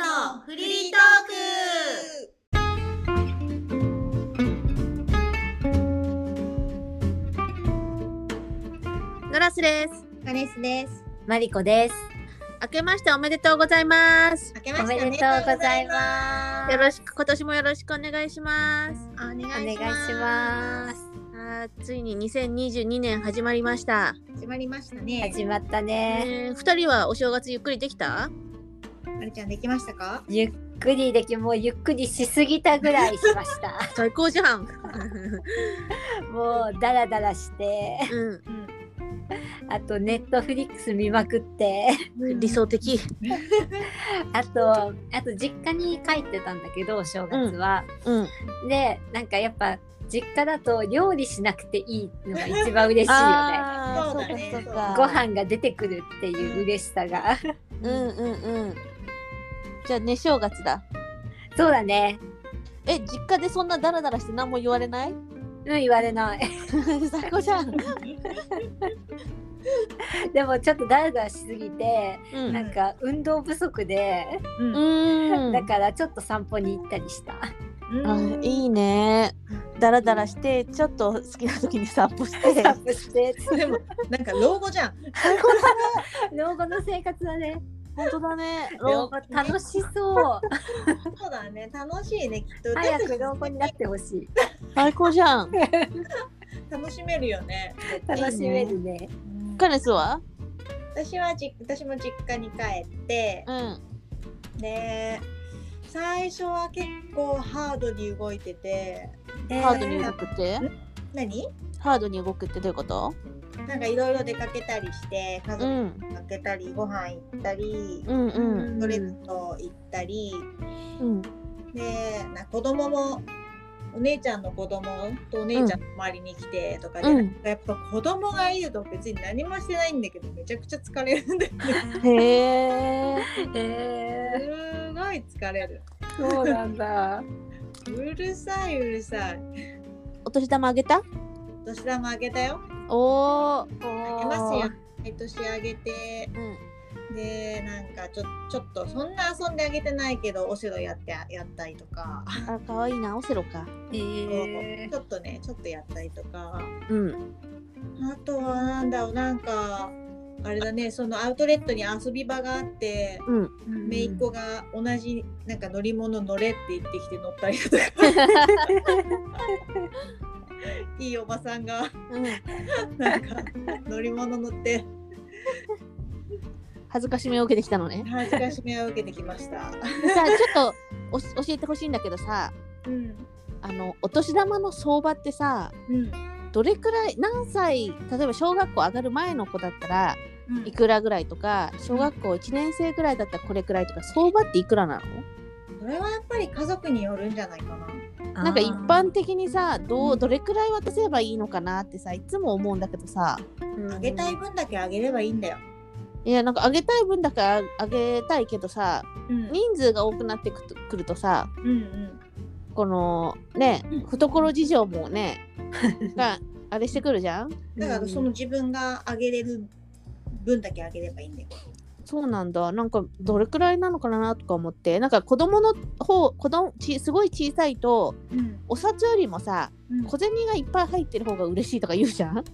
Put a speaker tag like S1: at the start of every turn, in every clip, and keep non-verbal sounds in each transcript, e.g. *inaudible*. S1: のフリートーク
S2: のらすです。
S1: カネスです。
S3: マリコです。
S2: 明けましておめでとうございます。
S1: 明けま
S3: お
S1: して
S3: め
S1: おめ
S3: で
S1: で
S3: と
S1: とう
S3: う
S1: ご
S3: ご
S1: ざ
S3: ざ
S1: い
S3: い
S1: ま
S3: ます。
S2: よろしく今年もよろしくお願いします。
S1: す。お願いし
S3: お願いし
S1: ま。
S3: ますす。
S2: あーついに2022年始まりました。
S1: 始まりましたね。
S3: 始まったね。
S2: えー二人はお正月ゆっくりできた？
S1: まるちゃんできましたか？
S3: ゆっくりできもうゆっくりしすぎたぐらいしまし
S2: *laughs*
S3: た。
S2: 最高じゃん。
S3: もうダラダラして、
S2: う
S3: あとネットフリックス見まくって、
S2: ん、理想的。
S3: あとあと実家に帰ってたんだけどお正月は、
S2: うん。
S3: でなんかやっぱ実家だと料理しなくていいのが一番嬉しいよね。
S2: あ
S1: そうだね
S2: そうかそうか。
S3: ご飯が出てくるっていう嬉しさが
S2: うんうんうん。じゃあね正月だ。
S3: そうだね
S2: え実家でそんなダラダラして何も言われない？
S3: うん言われない *laughs*
S2: 最高じゃん。
S3: でもちょっとダラダラしすぎて
S2: うん
S3: なんか運動不足で、
S1: うん
S2: うん
S3: だからちょっと散歩に行ったりした。
S2: あいいね。だらだらして、ちょっと好きな時に散歩して。
S3: *laughs* 散歩して、
S1: それもなんか老後じゃん。
S3: 老後の生活だね。
S2: 本当だね。
S3: 老後楽しそう。
S1: そうだね。楽しいねきっと。
S3: 早く老後になってほしい。
S2: 最高じゃん。
S1: 楽しめるよね。
S3: 楽しめるね。
S2: カネスは。
S1: 私はじ私も実家に帰って、
S2: うん。
S1: で最初は結構ハードに動いてて、
S3: え
S2: ハードに動くって。
S1: 何？
S2: ハードに動くってどういうこと。
S1: なんかいろいろ出かけたりして、家
S2: う
S1: 族
S2: ん。
S1: 出かけたり、ご飯行ったり、
S2: うんうん。
S3: ん
S1: トレッド行ったり、
S2: うん。
S1: でな子供もお姉ちゃんの子供とお姉ちゃんの周りに来てとかで、
S2: うん
S1: やっぱ子供がいると別に何もしてないんだけどめちゃくちゃ疲れるん
S2: *laughs*
S1: だよね
S2: へえ。
S3: え
S1: すごい疲れる
S3: ー、そうなんだ。
S1: うるさいうるさい
S2: お年玉あげた。
S1: お年玉あげたよ
S2: おお。
S1: あげますよ毎年あげて
S2: うん。
S1: でなんかちょちょっとそんな遊んであげてないけどオセロやってやったりとか
S2: あ、可愛いな、オセロか。
S3: えー
S1: ちょっとねちょっとやったりとか
S2: うん。
S1: あとはなんだろうなんかあれだねそのアウトレットに遊び場があって
S2: うん。
S1: 姪っ子が同じなんか乗り物乗れって言ってきて乗ったり *laughs* とかいいおばさんが
S2: うん。
S1: なんか乗り物乗って
S2: 恥ずかしめを受けてきたのね。
S1: 恥ずかしめを受けてきまし
S2: さあ、
S1: た。 *laughs*
S2: ちょっと、おし、教えてほしいんだけどさ。
S1: うん
S2: あの、お年玉の相場ってさ。
S1: うん
S2: どれくらい何歳例えば小学校上がる前の子だったら
S1: うん
S2: いくらぐらいとか小学校1年生ぐらいだったらこれくらいとか相場っていくらな
S1: それはやっぱり家族によるんじゃないかな。
S2: のなんか一般的にさど
S1: う
S2: うんどれくらい渡せばいいのかなってさいつも思うんだけどさ
S1: あげたい分だけあげればいいんだよ。
S2: いやなんかあげたい分だからあげたいけどさ
S1: うんうん
S2: 人数が多くなってくとくるとさ
S1: うん
S2: このね
S1: うん
S2: 懐事情もねがあれしてくるじゃん
S1: だからその自分があげれる分だけあげればいいんだよ。
S2: そうなんだなんかどれくらいなのかなとか思ってなんか子供の方子供ちすごい小さいと
S1: うん
S2: お札よりもさ
S1: うん
S2: 小銭がいっぱい入ってる方が嬉しいとか言うじゃん
S1: あー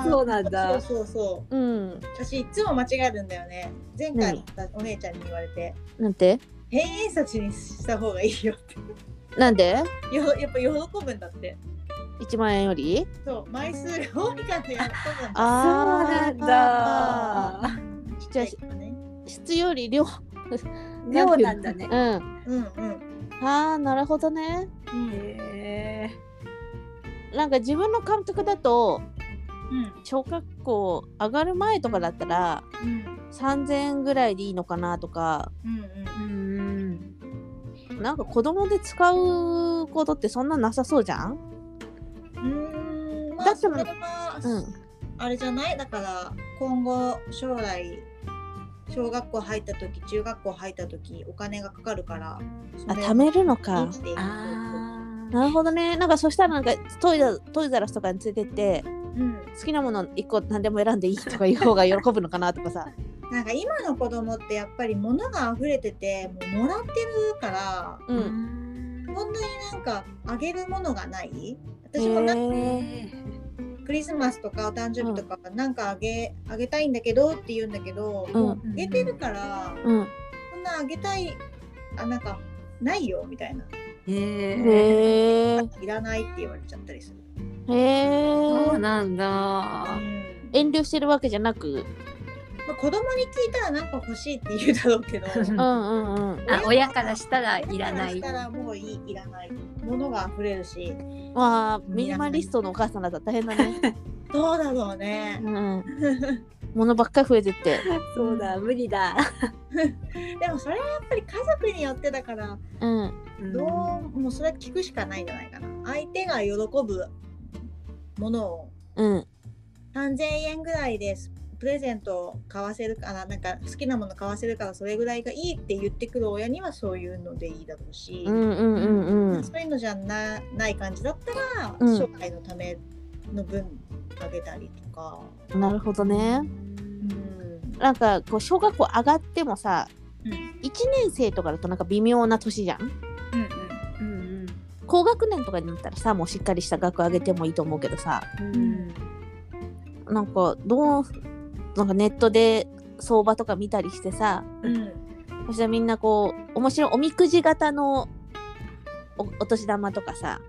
S3: あそうなんだ
S1: そうそうそう。
S2: うん
S1: 私いつも間違えるんだよね前回
S2: 何
S1: お姉ちゃんに言われて
S2: なんて
S1: 千円札にした方がいいよっ
S2: なんで
S1: てよやっぱ喜ぶんだって
S2: 1万円より
S1: そう枚数が多いから喜ぶんだって
S3: そうなん
S2: あ
S3: だ。
S2: じゃあ
S1: ちっちゃい子ね
S2: 質より量
S3: 量なんだね
S2: う。ん
S1: うんうん
S2: あーなるほどね
S1: うん
S3: え
S2: なんか自分の感覚だと
S1: うん
S2: 小学校上がる前とかだったら
S1: うん
S2: 3000円ぐらいでいいのかなとか
S1: うん
S3: ー、うん。
S2: なんか子供で使うことってそんななさそうじゃん
S1: うんうーんま
S2: だっ
S1: あ
S2: て
S1: そ
S2: も
S1: れは、
S2: うん
S1: あれじゃないだから今後将来小学校入った時中学校入った時お金がかかるから
S2: あ貯めるのか
S1: 生きていく
S3: あ
S2: なるほどね。なんかそしたらなんかトイザトイザラスとかに連れてって
S1: うん
S2: 好きなもの一個何でも選んでいいとかいう方が喜ぶのかなとかさ。
S1: なんか今の子供ってやっぱり物が溢れててもうもらってるから
S2: う。
S3: うんん
S1: そんなになんかあげるものがない私もなんか
S2: へー
S1: クリスマスとかお誕生日とかなんかあげ,、あげたいんだけどって言うんだけど、
S2: うん
S1: もうあげてるから、
S2: うん。
S1: そんなあげたいあなんかないよみたいな
S3: へえ。
S2: へえ。
S1: いらないって言われちゃったりする。
S2: へ
S3: そう
S2: え。
S3: なん
S1: う
S3: だ。
S1: ん
S2: 遠慮してるわけじゃなく。
S1: まあ、子供に聞いたらなんか欲しいって言うだろうけど
S2: うんうんうん。
S3: あ親からしたらいらな
S1: 親
S3: い
S1: からしたらもういいいらないものが溢れるし
S2: まあ、ミニマリストのお母さんだったら大変だね。
S1: どうだろうね
S2: うん。物ばっかり増えてって。
S3: そうだ、無理だ。
S1: でもそれはやっぱり家族によってだから
S2: うん。
S1: どうもうそれは聞くしかないんじゃないかな相手が喜ぶものを
S2: うん。
S1: 3000円ぐらいですプレゼントを買わせるからなんか好きなもの買わせるからそれぐらいがいいって言ってくる親にはそういうのでいいだろうし、
S2: うんうんうんうん。
S1: そういうのじゃなない感じだったら、
S2: うん
S1: 将来のための分あげたりとか。
S2: なるほどね。
S1: うん
S2: なんかこう小学校上がってもさ、
S1: うん
S2: 1年生とかだとなんか微妙な年じゃん
S3: うん
S2: 高学年とかになったらさもうしっかりした額上げてもいいと思うけどさ
S3: うん
S1: ん
S2: なんかどうなんかネットで相場とか見たりしてさ
S1: うん
S2: そしたらみんなこう面白いおみくじ型のおお年玉とかさ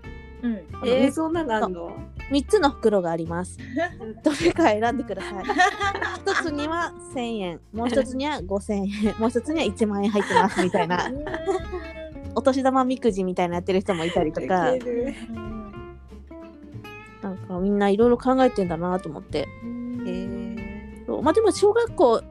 S1: うん
S3: *laughs* えー、そんなのあんの
S2: 3つの袋があり
S1: *laughs*
S2: ますどれか選んでください1つには1000円もう1つには5000円もう1つには1万円入ってますみたいなお年玉みくじみたいなやってる人もいたりとか
S3: ウケる
S1: うん
S2: なんかみんないろいろ考えてんだなと思って
S1: うん
S3: へえ
S2: そうまあでも小学校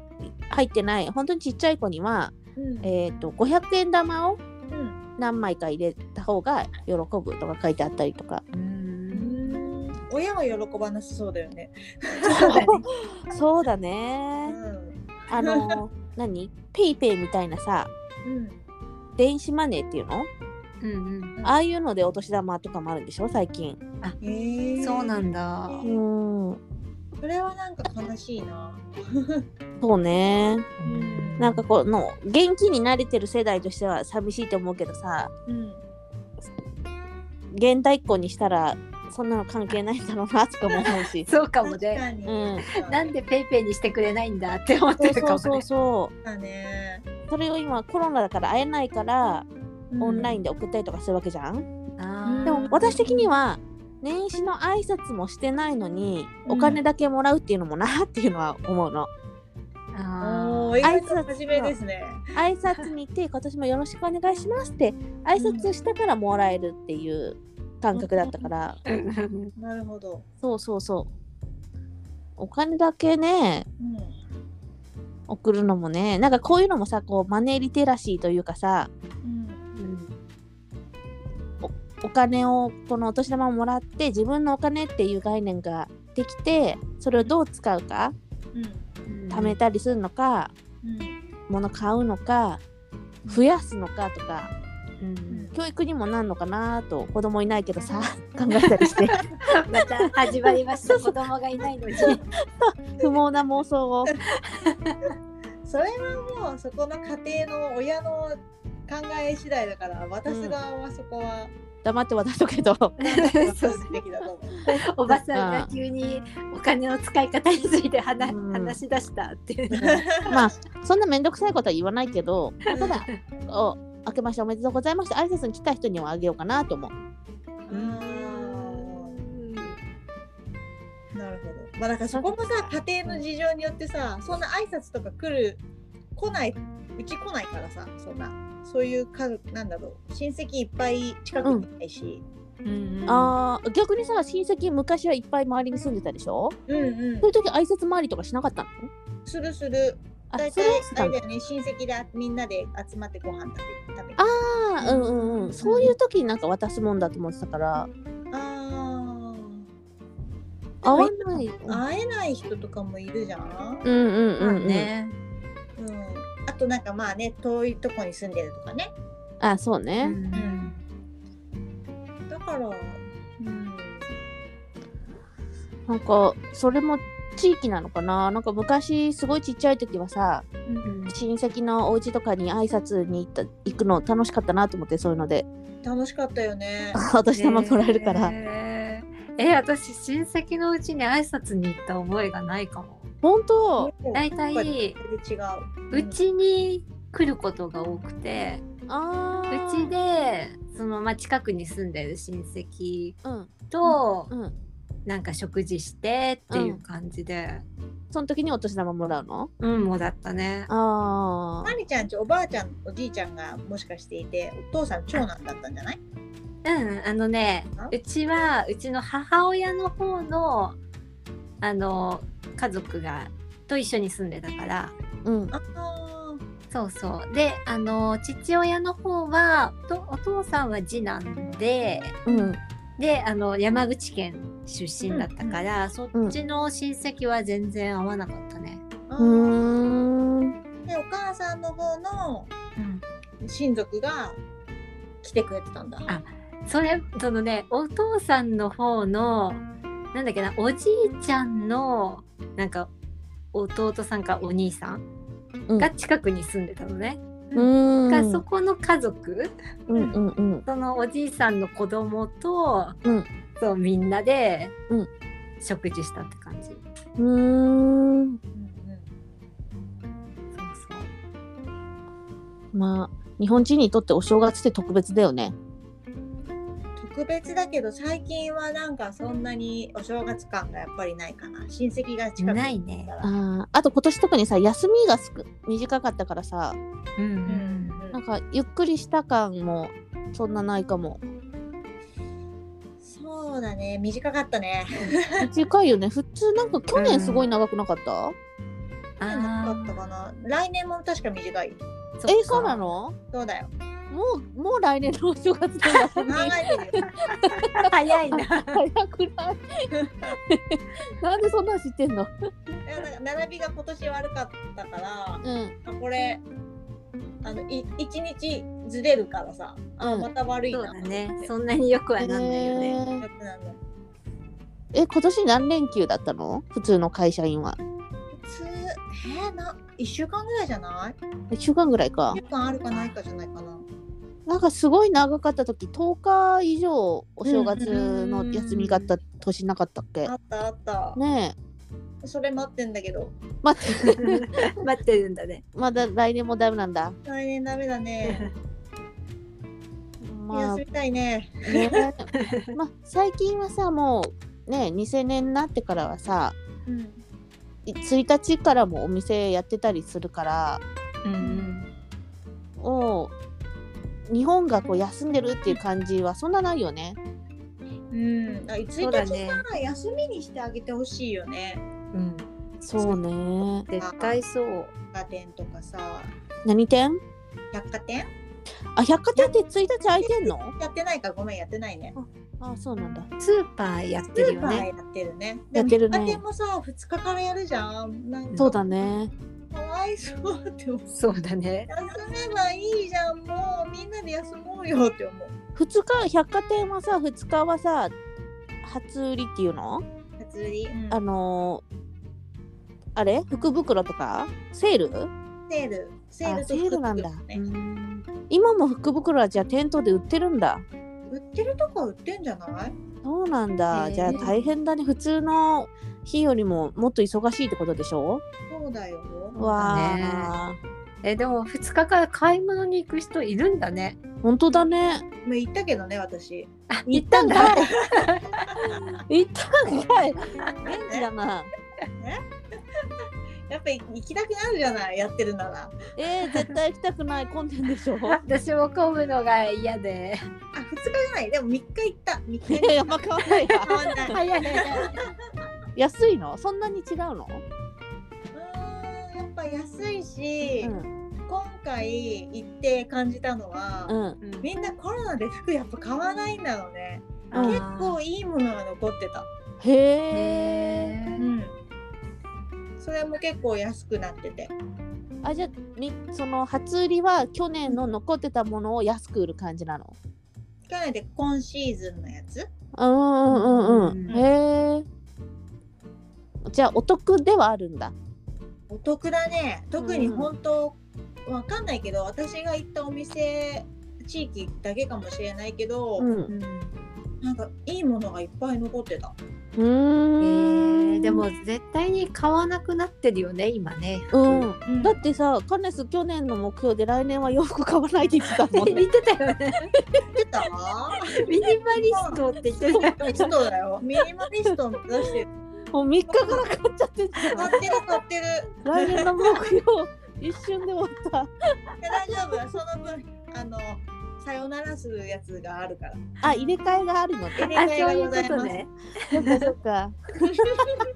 S2: 入ってない本当にちっちゃい子には、
S1: うん
S2: えー、と500円玉を
S1: うん
S2: 何枚か入れた方が喜ぶとか書いてあったりとか
S1: うん親は喜ばなさそうだよね。
S2: そうだ
S1: う
S2: ね
S1: ん
S2: あ
S3: *laughs*
S2: の何ペイペイみたいなさ
S1: うん
S2: 電子マネーっていうの
S3: うん
S2: ああいうのでお年玉とかもあるんでしょ最近
S1: え
S3: うん
S1: ー
S3: そうなんだ
S2: うん
S1: それはなんか悲しいな。
S2: そうね
S1: ん
S2: なんかこの現金に慣れてる世代としては寂しいと思うけどさ
S1: うん
S2: 現代っ子にしたらそんなの関係ないんだろうなとかも思うし
S3: そうかも
S1: 確
S3: ね
S1: かに。
S2: うん
S3: なんでペイペイにしてくれないんだって思っ
S2: *laughs* そ
S3: て
S2: う
S3: る
S2: そ
S3: か
S2: うそ
S3: も
S2: う
S3: ね
S2: そう
S1: だね。
S2: それを今コロナだから会えないから
S1: うん
S2: オンラインで送ったりとかするわけじゃん、
S3: あー
S2: でも私的には年始の挨拶もしてないのに
S1: うん
S2: お金だけもらうっていうのもなっていうのは思うの、
S1: お
S3: あ
S1: お、
S3: ー
S1: 意外と真面目ですね。
S2: 挨拶に行って今年もよろしくお願いしますって挨拶したからもらえるっていう感覚だったから、
S3: うん
S1: なるほど。
S2: そうそうそうお金だけね
S1: うん。
S2: 送るのもねなんかこういうのもさこうマネーリテラシーというかさ
S1: うん。
S2: お金をこのお年玉をもらって自分のお金っていう概念ができてそれをどう使うか
S1: うん。
S3: うん
S2: 貯めたりするのか
S1: うん。
S2: 物買うのか増やすのかとか
S3: うん
S2: 教育にもなんのかなと子供いないけどさ *laughs* 考えたり
S3: *laughs*
S2: して
S3: また始まりました子供がいないのに
S2: 不毛な妄想を
S1: それはもうそこの家庭の親の考え次第だから、私側はそこは
S2: 黙って渡しとけど
S3: *laughs*
S1: そうすべきだと思う。
S3: おばさんが急にお金の使い方について話,、
S2: うん
S3: 話し出したっていう
S2: まあそんな面倒くさいことは言わないけどた
S3: *laughs*
S2: だお明けましておめでとうございました挨拶に来た人にはあげようかなと思う。
S1: うんなるほど。まあだからそこもさ家庭の事情によってさ、そんな挨拶とか来る来ないうち来ないからさ、そんなそういう家族なんだろう親戚いっぱい近くにいないし、
S3: うん
S2: あー逆にさ親戚昔はいっぱい周りに住んでたでしょ
S1: うんうん
S2: そういう時挨拶回りとかしなかったの
S1: するする。
S2: あ
S1: 大
S2: それ
S1: 体
S2: はして
S1: あ
S2: た
S1: れ
S2: の
S1: だよね親戚でみんなで集まってご飯食べ食べ
S2: ああうんうんうんそういう時になんか渡すもんだと思ってたから
S1: あ
S2: 合わない
S1: ー会えない人とかもいるじゃん、
S2: うんうんうん、うん、
S3: ね、
S1: うん、あとなんかまあね遠いとこに住んでるとかね
S2: あそう
S3: う
S2: ね、
S3: ん
S1: だからうん
S2: なんかそれも地域なのかななんか昔すごいちっちゃい時はさ
S1: うん
S2: 親戚のお家とかに挨拶に行った行くの楽しかったなと思ってそういうの
S3: *laughs*
S2: で
S1: 楽しかったよね。
S2: お年玉もらえるから、
S3: えーえ私親戚のうちに挨拶に行った覚えがないかも
S2: 本当
S3: 大体
S1: 違う。
S3: うちに来ることが多くて
S2: あ
S3: う
S2: ー
S3: ちでその、まあ、近くに住んでる親戚
S2: うん
S3: と、
S2: うん
S3: なんか食事してっていう感じで、
S2: その時にお年玉もらうの
S3: うん、もうだったね。
S2: あ
S1: まりちゃんちおばあちゃんおじいちゃんがもしかしていてお父さん長男だったんじゃない
S3: うん、あのね
S1: ん、
S3: うちはうちの母親の方のあの家族がと一緒に住んでたから、
S2: ーうん
S1: ああー
S3: そうそう。で、あの父親の方はとお父さんは次男で、
S2: うん
S3: で、あの山口県出身だったから、そっちの親戚は全然合わなかったね。
S1: あ
S2: う
S1: ー
S2: ーん
S1: でお母さんの方の
S3: うん。
S1: 親族が来てくれてたんだ。
S3: あそれそのね、お父さんの方のなんだっけな、おじいちゃんのなんか弟さんかお兄さん
S2: うん
S3: が近くに住んでたのね。
S2: うーん
S3: がそこの家族、
S2: うんうんうん
S3: そのおじいさんの子供と、
S2: うん
S3: そうみんなで、
S2: うん
S3: 食事したって感じ。そう
S2: うーん
S1: うんうん
S2: まあ日本人にとってお正月って特別だよね
S1: 特別だけど最近はなんかそんなにお正月感がやっぱりないかな親戚が
S3: そう。
S1: 近く
S3: ないいね。
S2: あーあと今年特にさ休みがすく短かったからさ
S3: う
S1: うんん
S2: なんかゆっくりした感もそんなないかも
S1: そうだね短かったね。
S2: 短いよね普通なんか去年すごい長くなかった、
S3: あー
S1: なかったかな来年も確か短い。
S3: っか
S2: えそうなの
S1: そうだよ。
S2: もうもう来年のお正月だよ
S1: 考
S3: *laughs*
S1: えてるよ。
S3: 早い *laughs* な。
S2: 早くない *laughs* なんでそんなん知ってんの
S1: いやなんか並びが今年悪かったから
S2: うん
S1: あこれあのい一日ずれるからさあ、
S2: うん
S1: また悪い
S3: そう
S1: な
S3: だね。そんなによくはなんないよね。
S2: えー
S1: やつなんだ
S2: え今年何連休だったの普通の会社員は
S1: 普通えー、な1週間ぐらいじゃない
S2: 1週間ぐらいか
S1: ?1 週間あるかないかじゃないかな
S2: なんかすごい長かった時10日以上お正月の休みがあった年なかったっけ
S1: あったあった、
S2: ね
S1: それ待ってんだけど
S2: え待って
S3: *laughs* 待ってるんだね。
S2: まだ来年もダメなんだ
S1: 来年ダメだ
S3: *laughs*
S1: ね
S2: まあ
S1: 休みたいね
S2: ね *laughs* まあ最近はさもうね2000年になってからはさ
S1: うん
S2: い1日からもお店やってたりするから
S3: うん
S2: もう日本がこう休んでるっていう感じはそんなないよね
S1: うん、あ1日
S3: そうだね
S1: さ、休みにしてあげてほしいよね。
S3: うん。うん。
S2: そうね
S3: 絶対そう。
S1: 百貨店とかさ、
S2: 何店
S1: 百貨店
S2: あ百貨店って1日開いてんの
S1: やってないか、ごめん、やってないね。
S2: あそうなんだ
S3: スーパーやっ
S1: ス
S3: てる
S1: ー
S3: よ
S1: パー
S3: ね。
S1: やってるね。
S2: やってるね
S1: でも百貨店もさ、2日からやるじゃん。なんか
S2: そうだね
S1: かわいそうって思う。
S3: そうだね。
S1: 休めばいいじゃん、もうみんなで休もうよって思う。
S2: 2日百貨店はさ2日はさ初売りっていうの
S1: 初売り、うん
S2: あのーあれ福袋とかセール
S1: セール、セールと
S2: セールなんだ
S1: 福袋
S3: う
S1: ね
S3: ん
S2: 今も福袋はじゃあ店頭で売ってるんだ
S1: 売ってるとこは売ってんじゃない
S2: そうなんだ、
S3: へえ
S2: じゃあ大変だね普通の日よりももっと忙しいってことでしょ、
S1: そうだよ。
S3: う
S2: わ
S3: だね
S2: あ
S3: えでも2日から買い物に行く人いるんだね。
S2: 本当だね
S1: まあ、行ったけどね、私。
S3: あ
S2: 行ったんだ行ったんかい元 *laughs* 気だな
S1: やっぱり行きたくなるじゃない、やってるなら。
S2: えー、絶対行きたく
S3: *laughs*
S2: ない混んでんでしょ
S3: 私も混むのが嫌で。
S1: あ、2日じゃない、でも3日行った。3
S2: *laughs*
S1: 日
S2: い
S1: 行っ
S2: やいやまあ変わんない
S1: た。変
S2: わ
S1: わんない。
S3: 早い。
S2: 安いのそんなに違うの、
S1: うーんやっぱ安いし、
S2: うん
S1: 今回行って感じたのは、
S2: うん、
S1: みんなコロナで服やっぱ買わないんだろうね
S2: うん
S1: 結構いいものが残ってた、
S2: へえ
S3: へー
S1: うん、それも結構安くなってて
S2: あじゃあみその初売りは去年の残ってたものを安く売る感じなの
S1: 去年で今シーズンのやつ
S2: うんうんうんうん
S3: うん
S2: へえじゃあお得ではあるんだ
S1: お得だね特に本当、わかんないけど私が行ったお店地域だけかもしれないけど、
S2: うん
S1: なんかいいものがいっぱい残ってた
S2: うーん
S3: えーでも絶対に買わなくなってるよね今ね。
S2: うん
S1: うん
S2: だってさカネス去年の目標で来年は洋服買わないって言ってた
S3: *laughs*
S2: もんね
S3: 見てたよね。
S1: 出 *laughs* た
S3: ミニマリストって言って
S1: ミニマ
S3: たよ
S1: リストだよミニマリストも出してる
S2: もう3日から買っちゃってんじゃん
S1: 買ってる買ってる
S2: 来年の目標一瞬で終わった
S1: いや大丈夫その分あのさよならするやつがあるから
S2: あ入れ替えがあるのか *laughs*
S1: 入れ
S3: あ
S1: 替
S3: そう
S1: えが
S3: い
S1: ご
S3: う
S1: ざい
S3: こと
S1: ます
S3: ね。
S2: そっかそっか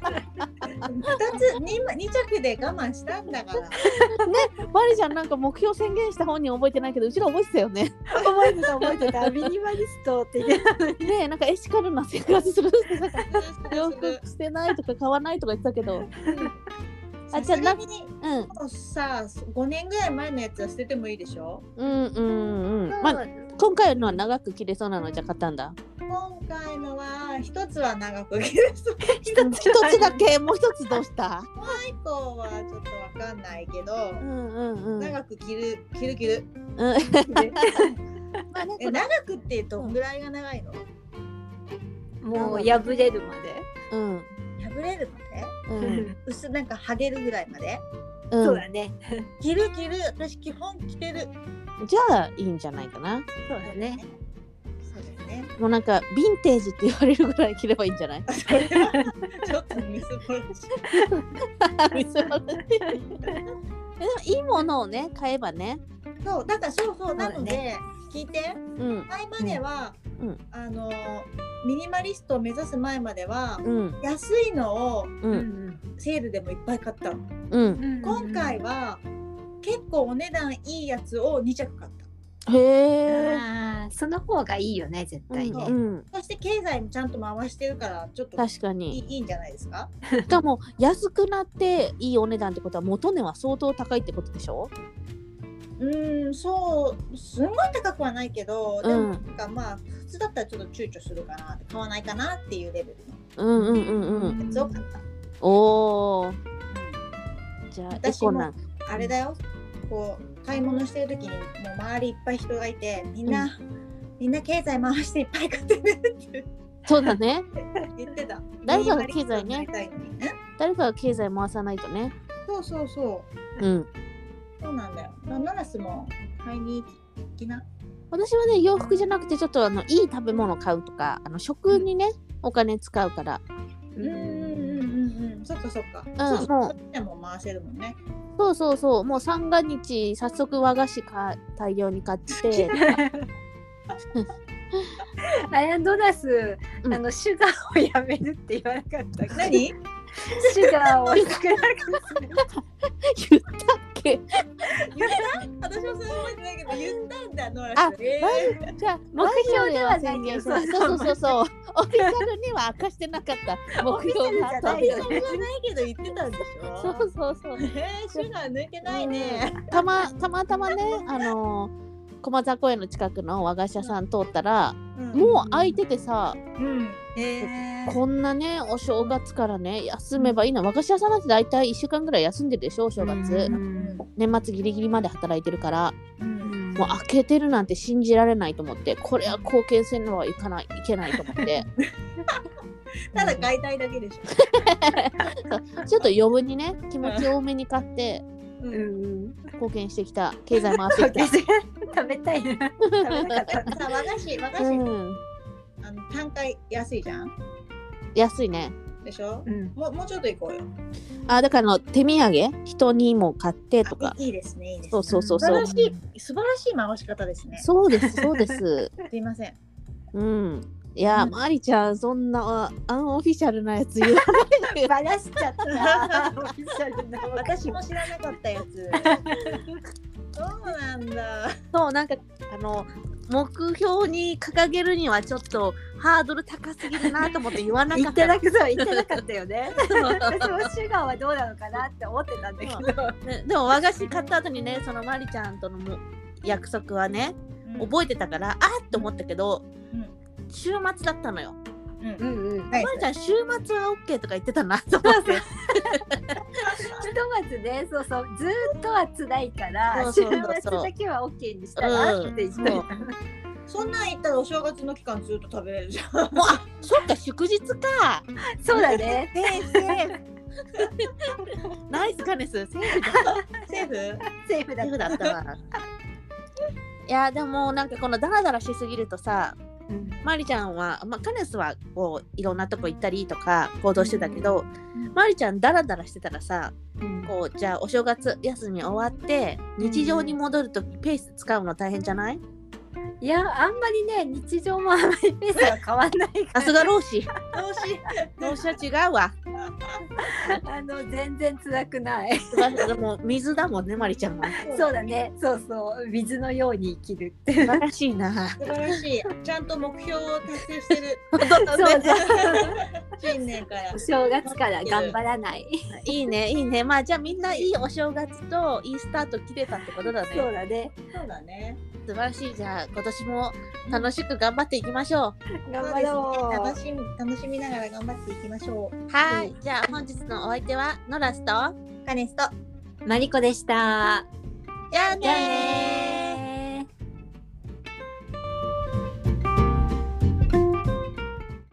S1: 二つ二枚二着で我慢したんだから。
S2: マリちゃんなんか目標宣言した本人覚えてないけどうちら覚えてたよね *laughs*
S3: 覚えてた覚えてた。ミニマリストって *laughs* 言ってたのに。
S2: ねえなんかエシカルな生活するってなんか *laughs* 洋
S1: する
S2: 服捨てないとか買わないとか言ってたけど
S1: する
S2: あ
S1: あ
S2: じ
S1: じ
S2: ゃ
S1: ゃ
S2: あ
S1: あ
S2: な
S1: に
S2: うん
S1: もうさ五年ぐらい前のやつは捨ててもいいでしょ。
S2: うんうんうん、まあ、今回のは長く切れそうなのじゃ買ったんだ
S1: 今回のは一つは長く着る。
S3: 一
S2: 一つだけもう一つどうした
S1: 最後はちょっとわかんないけど。
S2: うんうんうん
S1: 長く着る着る着る。
S2: うんまあね
S1: *laughs* え長くってどんぐらいが長いの？
S3: もう破れる
S2: う
S3: ま
S2: ん
S1: 破れるまで？
S2: う
S3: で。
S2: *laughs* ん
S1: 薄なんか剥げるぐらいまで？
S2: う
S3: そうんだね。
S1: 着る着る。私基本着てる。
S2: じゃあいいんじゃないかな
S3: そうだね。
S1: そうだよ *laughs* ね。
S2: もうなんかヴィンテージって言われるぐらい着ればいいんじゃない
S1: それはちょっとみすぼらしい。
S2: みすぼらしいえでもいいものをね買えばね
S1: そうだからそうそうなので、
S3: そう
S1: 聞いて
S2: うん
S1: 前までは、
S2: うんうん
S1: あのミニマリストを目指す前までは、
S2: うん
S1: 安いのを
S2: う
S3: うんん
S1: セールでもいっぱい買ったの
S2: うん
S3: うん。
S1: 今回は、結構お値段いいやつを2着買っ
S2: へえ
S3: あーその方がいいよね絶対
S2: う
S3: ね。
S2: ん、
S1: たそして経済もちゃんと回してるからちょっとい
S2: 確かに
S1: いいいんじゃないですか
S2: しかも安くなっていいお値段ってことは元値は相当高いってことでしょ
S1: うーんそうすんごい高くはないけどで
S2: うん
S1: もなんかまあ普通だったらちょっと躊躇するかな買わないかなっていうレベル
S2: うんうんうんうん
S1: のやつを買った、
S2: おおじゃあエ
S1: 私
S2: コ
S1: も
S2: な
S1: あれだよこう買い物してる時にもう周りいっぱい人がいてみんな、みんな経済回していっぱい買ってねって
S2: そうだね
S1: 言ってた
S2: 誰かが経済ね
S1: ミニマリストになりたいのにね
S2: 誰かが経済回さないとね
S1: そうそうそう
S2: うん
S1: そうなんだよナナラスも買いに行きな
S2: 私はね洋服じゃなくてちょっとあのいい食べ物買うとかあの食にねお金使うから
S1: うんうんうんうんうんそっかそっか、
S2: ん
S1: そう
S2: もう
S1: そうでも回せるもんね
S2: そうそうそうもう三が日早速和菓子か大量に買
S3: *laughs*
S2: って
S3: アヤンドナス、
S2: うん
S3: あのシュガーをやめるって言わなかったっけ
S1: 何
S3: シュガーを作らなかった *laughs*
S2: 言ったっけ
S1: 言った私もそう覚えてないけど言ったんだノラ
S2: あ
S1: スえ
S2: じゃあ
S3: 目標ではないけど
S2: ラジオでは宣言しないそうそうそうそうオフィシャルには明かしてなか
S3: *laughs*
S2: った目標が
S3: オフィシャ
S1: ー、
S3: ルじゃ
S1: お
S3: な
S1: 店
S3: い
S1: じゃ
S3: よ
S1: ないけど言ってたんでしょ
S2: そうそうそう
S1: えー、シュガー抜けないね。
S2: たまたまたまねあのー駒沢公園の近くの和菓子屋さん通ったらもう空いててさ
S1: うん、えー、
S2: こんなねお正月からね休めばいいの和菓子屋さんなんて大体1週間ぐらい休んでるでしょお正月
S3: うん
S2: 年末ギリギリまで働いてるから
S1: うん、
S2: もう開けてるなんて信じられないと思ってこれは貢献せんのはいかないいけないと思って
S3: *laughs*
S1: ただ買いたいだけでしょ。
S2: ちょっと余分にね気持ち多めに買って
S1: う、
S3: うんん
S2: 貢献してきた経済回
S3: *laughs*
S2: してきた。
S3: 食べたいな食べなかった
S1: さ和菓子和菓子、
S2: うん、
S1: あの単価安いじゃん
S2: 安いね
S1: でしょ。
S3: うん
S1: もうもうちょっと行こうよ。
S2: あだからあの手土産人にも買ってとか
S1: あいいいいですねいいですね。
S2: そうそうそう
S1: 素晴
S2: そ
S1: ら
S2: う
S1: しい素晴らしい回し方ですね。
S2: そうですそうです
S1: すいません。
S2: うんいやー
S1: うん
S2: マリちゃんそんなアンオフィシャルなやつ言う
S3: バラしちゃったオフィシャルな
S1: 私も知らなかったやつ。そうなんだ。
S2: そうなんかあの目標に掲げるにはちょっとハードル高すぎるなと思って言わな
S3: 言
S2: かっ
S3: ったてなくそう言ってなかったよね私もシュガーはどうなのかなって思ってたんだけど
S2: ねでも和菓子買った後にねそのマリちゃんとのも約束はね
S1: うん
S2: 覚えてたからあーって思ったけど、
S1: うん
S2: 週末だったのよ
S1: うん
S3: う。んうん。
S1: はい
S2: まるちゃん週末は OK とか言ってたなと思って
S3: ひとまずね、そうそう、ずーっとは辛いから、
S2: そ
S3: 週
S2: うそうそう
S3: 末だけは OK にしたら
S2: うん
S3: って言って
S2: そう
S1: *laughs* そんなん言ったらお正月の期間ずっと食べれるじゃん。
S2: もうあそっか祝日か
S3: そうだね。
S2: セーフセーフナイスカネスセーフだ
S1: セーフ
S3: セーフだ
S2: セーフだったな *laughs* いやでもなんかこのダラダラしすぎるとさ
S3: うん
S2: まりちゃんは、まあ、カネスはこういろんなとこ行ったりとか行動してたけど、
S1: うん
S2: まりちゃんダラダラしてたらさ
S3: うん
S2: こうじゃあお正月休み終わって日常に戻るときペース使うの大変じゃない
S3: いや、あんまりね、日常もあんまりペースが変わんないから。
S2: さすが老子
S1: どうし
S2: 老子は違うわ
S3: あの全然辛くない。
S2: でも水だもんねまりちゃんは
S3: そうだね。そうそう。水のように生きるって。
S2: 素晴らしいな
S1: 素晴らしい。ちゃんと目標を達成してる。
S3: *laughs*
S1: *laughs*
S3: そうそう。
S1: 新年から
S3: *laughs* お。正月から頑張らない。
S2: いいねいいねまあじゃあみんないいお正月といいスタート切れたってことだ
S3: そう
S2: ね
S3: だね。
S1: そうだね。
S2: 素晴らしいじゃあ今年も楽しく頑張っていきましょう
S3: 頑張ろ
S1: そうですね。楽しみ楽しみながら頑張っていきましょう。
S2: はい、じゃあ本日のお相手はノラスと
S1: カネスト。
S3: う。マリコでした。
S2: じゃあね
S3: じゃあ
S2: ー
S3: ね